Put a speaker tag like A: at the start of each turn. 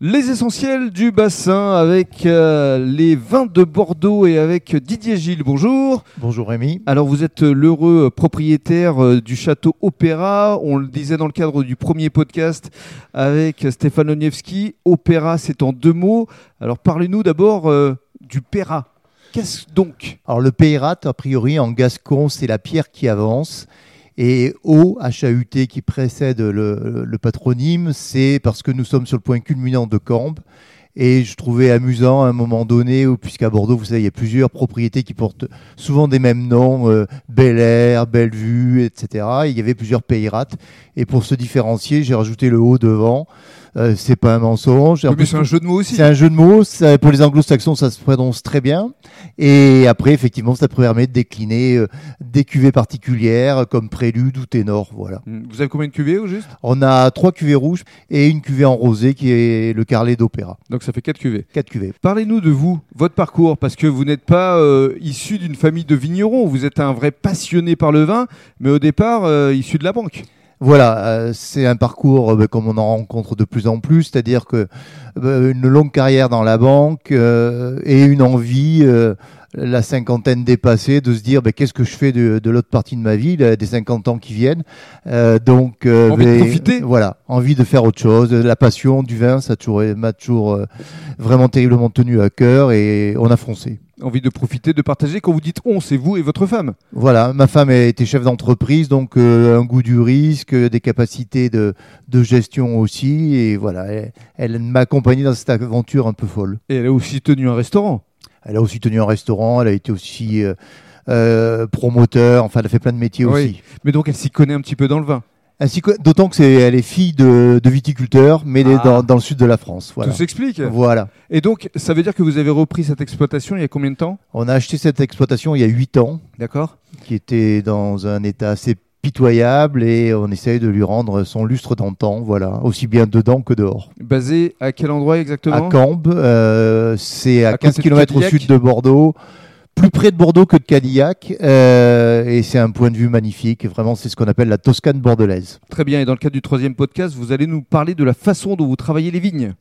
A: Les essentiels du bassin avec euh, les vins de Bordeaux et avec Didier Gilles. Bonjour.
B: Bonjour Rémi.
A: Alors vous êtes l'heureux propriétaire euh, du château Opéra. On le disait dans le cadre du premier podcast avec Stéphane Oniewski. Opéra, c'est en deux mots. Alors parlez-nous d'abord euh, du Péra. Qu'est-ce donc
B: Alors le Peyrat, a priori en gascon, c'est la pierre qui avance. Et O, H-A-U-T, qui précède le, le patronyme, c'est parce que nous sommes sur le point culminant de Cambes. Et je trouvais amusant à un moment donné, où, puisqu'à Bordeaux, vous savez, il y a plusieurs propriétés qui portent souvent des mêmes noms, euh, Bel Air, Bellevue, etc. Et il y avait plusieurs Peyrat. Et pour se différencier, j'ai rajouté le O devant. Euh, c'est pas un mensonge. En
A: Oui, mais
B: plus,
A: C'est un jeu de mots aussi.
B: c'est un jeu de mots. ça- pour les anglo-saxons, ça se prononce très bien. Et après, effectivement, ça permet de décliner euh, des cuvées particulières euh, comme prélude ou ténor. Voilà.
A: Mm, Vous avez combien de cuvées au juste
B: On a trois cuvées rouges et une cuvée en rosé qui est le carlet d'opéra.
A: Donc ça fait quatre cuvées.
B: Quatre cuvées.
A: Parlez-nous de vous, votre parcours, parce que vous n'êtes pas euh, issu d'une famille de vignerons, vous êtes un vrai passionné par le vin, mais au départ euh, issu de la banque.
B: Voilà, euh, c'est un parcours euh, bah, comme on en rencontre de plus en plus, c'est-à-dire que euh, une longue carrière dans la banque euh, et une envie, euh, la cinquantaine dépassée, de se dire bah, qu'est-ce que je fais de, de l'autre partie de ma vie, là, des 50 ans qui viennent. Euh, donc, euh,
A: Envie de
B: bah,
A: profiter.
B: Voilà, envie de faire autre chose. La passion du vin, ça a toujours- m'a toujours euh, vraiment terriblement tenu à cœur et on a foncé.
A: Envie de profiter, de partager. Quand vous dites on, c'est vous et votre femme.
B: Voilà, ma femme était chef d'entreprise, donc euh, un goût du risque, euh, des capacités de, de gestion aussi, et voilà, elle, elle m'a accompagné dans cette aventure un peu folle.
A: Et elle a aussi tenu un restaurant.
B: Elle a aussi tenu un restaurant, elle a été aussi euh, euh, promoteur, enfin elle a fait plein de métiers
A: Oui.
B: aussi.
A: Mais donc elle s'y connaît un petit peu dans le vin.
B: Ainsi que, d'autant que c'est, elle est fille de, de viticulteur, mais elle est
A: Ah.
B: dans, dans le sud de la France. Voilà.
A: Tout s'explique.
B: voilà.
A: Et donc, ça veut dire que vous avez repris cette exploitation il y a combien de temps
B: On a acheté cette exploitation il y a 8 ans,
A: D'accord
B: qui était dans un état assez pitoyable, et on essaye de lui rendre son lustre d'antan, voilà, aussi bien dedans que dehors.
A: Basé à quel endroit exactement
B: à Cambes. euh, c'est à,
A: À côté
B: 15
A: de
B: km au
A: Cadillac.
B: sud de Bordeaux, plus près de Bordeaux que de Cadillac. euh, et c'est un point de vue magnifique. Vraiment, c'est ce qu'on appelle la Toscane bordelaise.
A: Très bien. Et dans le cadre du troisième podcast, vous allez nous parler de la façon dont vous travaillez les vignes.